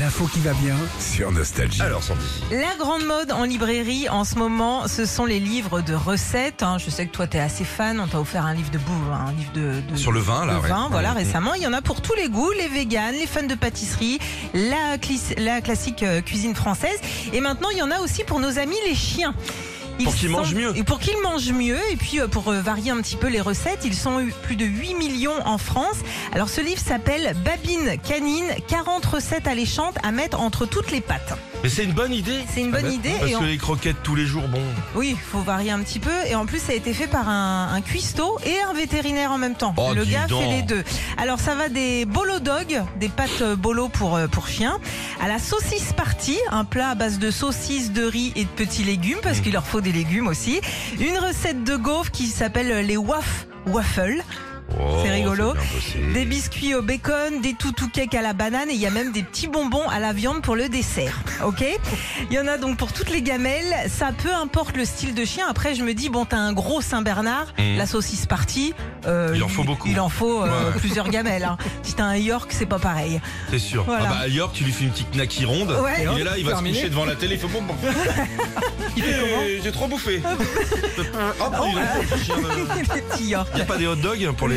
L'info qui va bien sur Nostalgie. Alors, Sandy. La grande mode en librairie en ce moment, ce sont les livres de recettes. hein. Je sais que toi, t'es assez fan. On t'a offert un livre de boue, un livre de, de- Sur le vin, là, de ouais. vin, voilà, Ouais. récemment. Il y en a pour tous les goûts, les véganes, les fans de pâtisserie, la, clis- la classique euh, cuisine française. Et maintenant, il y en a aussi pour nos amis les chiens. Ils Pour qu'ils sont- mangent mieux. Et pour qu'ils mangent mieux, et puis euh, pour euh, varier un petit peu les recettes, ils sont eu plus de 8 millions en France. Alors ce livre s'appelle Babine Canine, 40 recettes alléchantes à mettre entre toutes les pattes. Mais c'est une bonne idée. C'est une Pas bonne bête. idée, Ah bah, Parce et que on- les croquettes tous les jours, bon. Oui, il faut varier un petit peu. Et en plus, ça a été fait par un, un cuistot et un vétérinaire en même temps. Oh, le dis gars donc. fait les deux. Alors, ça va des bolo dogs, des pâtes euh, bolo pour, euh, pour chiens, à la saucisse partie, un plat à base de saucisses, de riz et de petits légumes, Mmh. parce qu'il leur faut des légumes aussi. Une recette de gaufres qui s'appelle euh, les waf waffles, Oh, C'est rigolo. bien bossé. des biscuits au bacon, des toutous cakes à la banane et il y a même des petits bonbons à la viande pour le dessert. Ok Il y en a donc pour toutes les gamelles. Ça peu importe le style de chien. Après, je me dis bon, t'as un gros Saint Bernard, Mhm. la saucisse partie. euh, Il en faut beaucoup. Il en faut euh, Ouais, ouais. plusieurs gamelles. hein. Si t'as un York, c'est pas pareil. C'est sûr. Voilà. Ah bah, à York, tu lui fais une petite naquille ronde. Ouais. Il est là, il va Terminé. se coucher devant la télé. Il fait bon, bon. Il J'ai trop bouffé. Hop, il a- Les petits hein. York. Il n'y a pas des hot dogs pour les,